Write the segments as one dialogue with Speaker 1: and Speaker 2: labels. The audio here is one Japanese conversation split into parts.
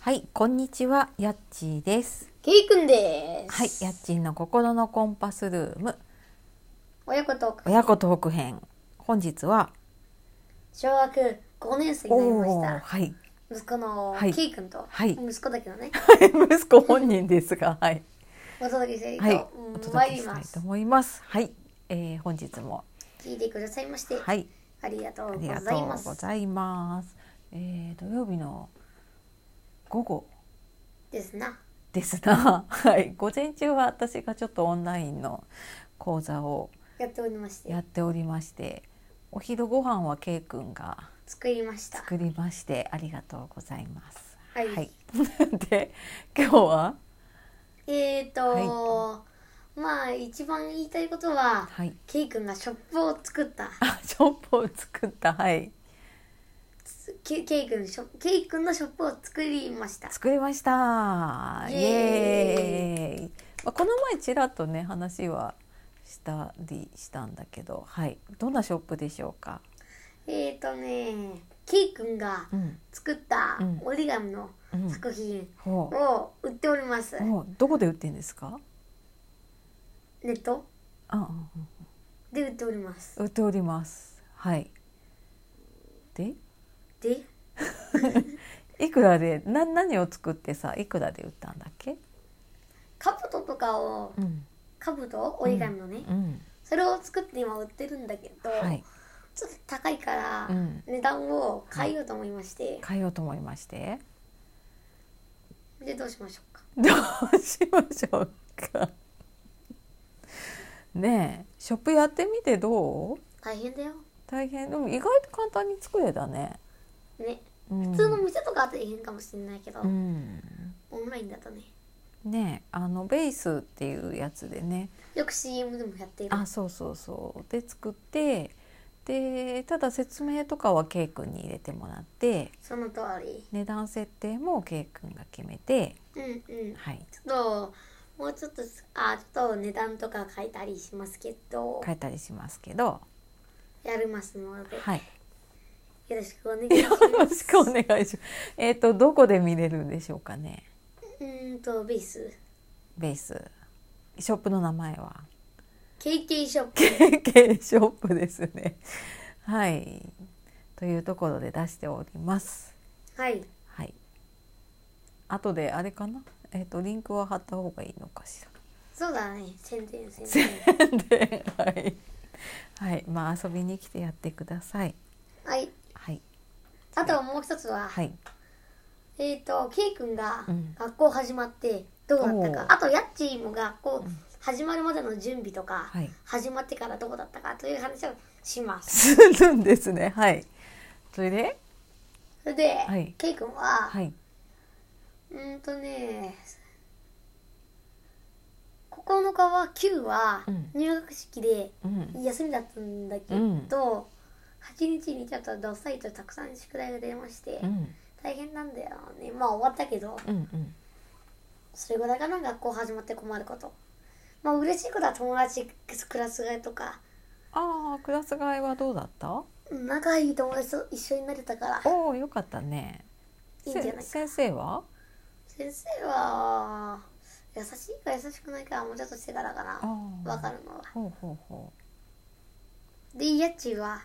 Speaker 1: はい、こんにちは、やっちーです。
Speaker 2: ケイくんです。
Speaker 1: はい、やっちーの心のコンパスルーム
Speaker 2: 親子トーク、
Speaker 1: 親子トーク編。本日は、
Speaker 2: 小学5年生になりまし
Speaker 1: ー
Speaker 2: た。
Speaker 1: はい、
Speaker 2: 息子の
Speaker 1: はい
Speaker 2: ケイくんと、
Speaker 1: はい
Speaker 2: 息子だけどね、
Speaker 1: 息子本人ですが、はい、
Speaker 2: お届けしていこう
Speaker 1: は
Speaker 2: う
Speaker 1: い、
Speaker 2: ん
Speaker 1: お
Speaker 2: 参
Speaker 1: 届け
Speaker 2: り
Speaker 1: した
Speaker 2: ま
Speaker 1: い
Speaker 2: す
Speaker 1: と。思います。はい、えー、本日も、
Speaker 2: 聞いてくださいまして、
Speaker 1: はい、
Speaker 2: ありがと
Speaker 1: あ
Speaker 2: う
Speaker 1: り
Speaker 2: ご
Speaker 1: が
Speaker 2: ざい
Speaker 1: と
Speaker 2: ま
Speaker 1: う
Speaker 2: す。
Speaker 1: ございます。えー、土曜日の午後
Speaker 2: ですな。
Speaker 1: ですな、 はい、午前中は私がちょっとオンラインの講座を
Speaker 2: やっておりまして
Speaker 1: や、っておりまして、お昼ご飯は K 君が
Speaker 2: 作りました。
Speaker 1: 作りましてありがとうござい ます。
Speaker 2: はい。
Speaker 1: で今日は
Speaker 2: えーと、まあ一番言いたいことは、
Speaker 1: はい
Speaker 2: ケイくんがショップを作った。
Speaker 1: あショップを作ったはい
Speaker 2: ケイケイくんショケイくんのショップを作りました。
Speaker 1: 作りましたイ
Speaker 2: イ
Speaker 1: エ
Speaker 2: エ
Speaker 1: ー
Speaker 2: ー
Speaker 1: イ
Speaker 2: イ
Speaker 1: まあ、この前ちらっとね話はしたりしたんだけどはいどんなショップでしょうか、
Speaker 2: えーとね、ケイくんが
Speaker 1: うん
Speaker 2: 作った
Speaker 1: うん
Speaker 2: 折り紙の
Speaker 1: うん、
Speaker 2: 作品
Speaker 1: ほう
Speaker 2: を売っております。
Speaker 1: ほうどこで売ってんですか
Speaker 2: ネット
Speaker 1: あうん
Speaker 2: で売っております。
Speaker 1: うん売っておりますはいで
Speaker 2: で、
Speaker 1: いくらでな何を作ってさいくらで売ったんだっけ、
Speaker 2: カブトとかを、
Speaker 1: うん
Speaker 2: カブト折り紙のね、
Speaker 1: うん、
Speaker 2: それを作って今売ってるんだけど、
Speaker 1: はい、
Speaker 2: ちょっと高いから、
Speaker 1: うん
Speaker 2: 値段を変えようと思いまして、
Speaker 1: 変えようと思いまして
Speaker 2: で、どうしましょうか。
Speaker 1: どうしましょうかねえショップやってみてどう
Speaker 2: 大変だよ。
Speaker 1: 大変でも意外と簡単に作れたね、
Speaker 2: ね、
Speaker 1: うん、
Speaker 2: 普通の店とかは大変かもしれないけど、
Speaker 1: うん
Speaker 2: オンラインだとね、
Speaker 1: ねえあのベースっていうやつでね
Speaker 2: よく CM でもやってる。
Speaker 1: あそうそうそうで作ってでただ説明とかは K 君に入れてもらって
Speaker 2: その通り。
Speaker 1: 値段設定も K 君が決めて
Speaker 2: うんうん。
Speaker 1: はい
Speaker 2: ちょっと、もうちょっと、あ、ちょっと値段とか変えたりしますけど、
Speaker 1: 変えたりしますけど
Speaker 2: やりますので、
Speaker 1: はい
Speaker 2: よろしくお願いし
Speaker 1: よ
Speaker 2: ます。
Speaker 1: ろしくお願いします。えっ、とどこで見れるんでしょうかね。
Speaker 2: うーんと、ベース。
Speaker 1: ベースショップの名前は
Speaker 2: KK ショップ
Speaker 1: KK ショップですね。はい。というところで出しております。
Speaker 2: はい
Speaker 1: はい。後であれかな。えっ、とリンクは貼った方がいいのかしら。
Speaker 2: そうだね宣伝宣伝
Speaker 1: で、はい。はい。まあ遊びに来てやってください。
Speaker 2: はい
Speaker 1: はい
Speaker 2: あともう一つは、
Speaker 1: はい。
Speaker 2: えっ、と K 君が
Speaker 1: うん
Speaker 2: 学校始まってどうだったか、
Speaker 1: おー
Speaker 2: あとやっちーも学校始まるまでの準備とか、
Speaker 1: はい
Speaker 2: 始まってからどうだったかという話をします
Speaker 1: するんですね。はい。それで、
Speaker 2: それで、
Speaker 1: は
Speaker 2: け
Speaker 1: い
Speaker 2: い、K 君は、
Speaker 1: はい。
Speaker 2: うーんとね9日は9は
Speaker 1: うん
Speaker 2: 入学式で
Speaker 1: うん。
Speaker 2: 休みだったんだけど、
Speaker 1: うん
Speaker 2: 8日にちょっとどっさりとたくさん宿題が出まして、
Speaker 1: うん。
Speaker 2: 大変なんだよねまあ終わったけど
Speaker 1: うんうん。
Speaker 2: それぐらいかな学校始まって困ることまあ嬉しいことは友達クラス替えとか
Speaker 1: ああクラス替えはどうだった？
Speaker 2: 仲いい友達と一緒になれたから
Speaker 1: おおよかったね。
Speaker 2: いいんじゃない
Speaker 1: せ先生は？
Speaker 2: 先生は優しいか優しくないかはもうちょっとしてからか
Speaker 1: あ
Speaker 2: な
Speaker 1: ー
Speaker 2: 分かるのは
Speaker 1: ほうほうほ
Speaker 2: でやっちーは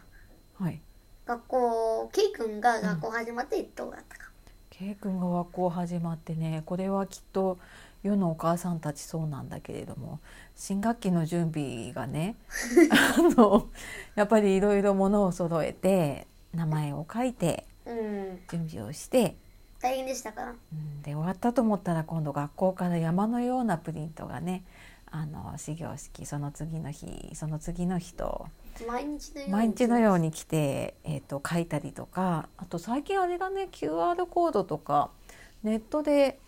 Speaker 1: う。はい。
Speaker 2: 学校ケイ君が学校始まってどうだったか、
Speaker 1: ケイ君が学校始まってねこれはきっと世のお母さんたちそうなんだけれども新学期の準備がね あのやっぱりいろいろものを揃えて名前を書いて
Speaker 2: うん
Speaker 1: 準備をして
Speaker 2: 大変でしたから
Speaker 1: うんで終わったと思ったら今度学校から山のようなプリントがねあの始業式その次の日その次の日と
Speaker 2: 毎日のように
Speaker 1: 毎日のように来て、えー、と書いたりとかあと最近あれだね QR コードとかネットで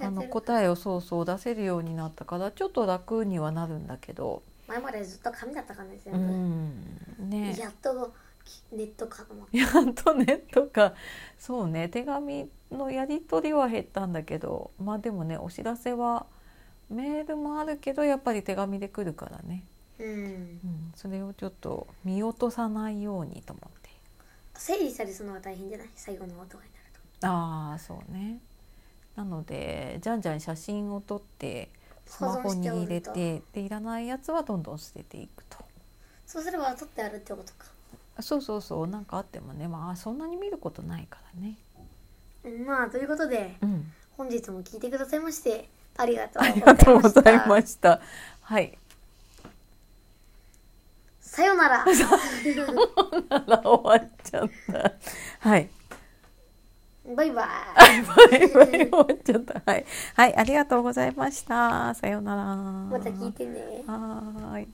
Speaker 1: あ
Speaker 2: やっ
Speaker 1: の
Speaker 2: てる
Speaker 1: 答えをそうそう出せるようになったからちょっと楽にはなるんだけど、
Speaker 2: 前までずっと紙だったからね全
Speaker 1: う
Speaker 2: 部、
Speaker 1: んね、
Speaker 2: やっときネットかと思 って
Speaker 1: やっとねとかそうね手紙のやり取りは減ったんだけどまあでもねお知らせはメールもあるけどやっぱり手紙で来るからね、
Speaker 2: うん
Speaker 1: うん、それをちょっと見落とさないようにと思って
Speaker 2: 整理したりするのが大変じゃない最後の音がになる
Speaker 1: ああそうねなのでじゃんじゃん写真を撮ってスマホに入れて
Speaker 2: 保存して
Speaker 1: でいらないやつはどんどん捨てていくと
Speaker 2: そうすれば取ってあるってことか
Speaker 1: あそうそうそうなんかあってもねまあそんなに見ることないからね。
Speaker 2: まあということで
Speaker 1: うん、
Speaker 2: 本日も聞いてくださいましてありがとう
Speaker 1: ありがとうございました。はい、
Speaker 2: すさよな ら
Speaker 1: あら終わっちゃった。はい、
Speaker 2: バイバイ
Speaker 1: バイバイ終わっちゃった。はい、はい、ありがとうございました。さようなら。
Speaker 2: また聞いてね
Speaker 1: はーい。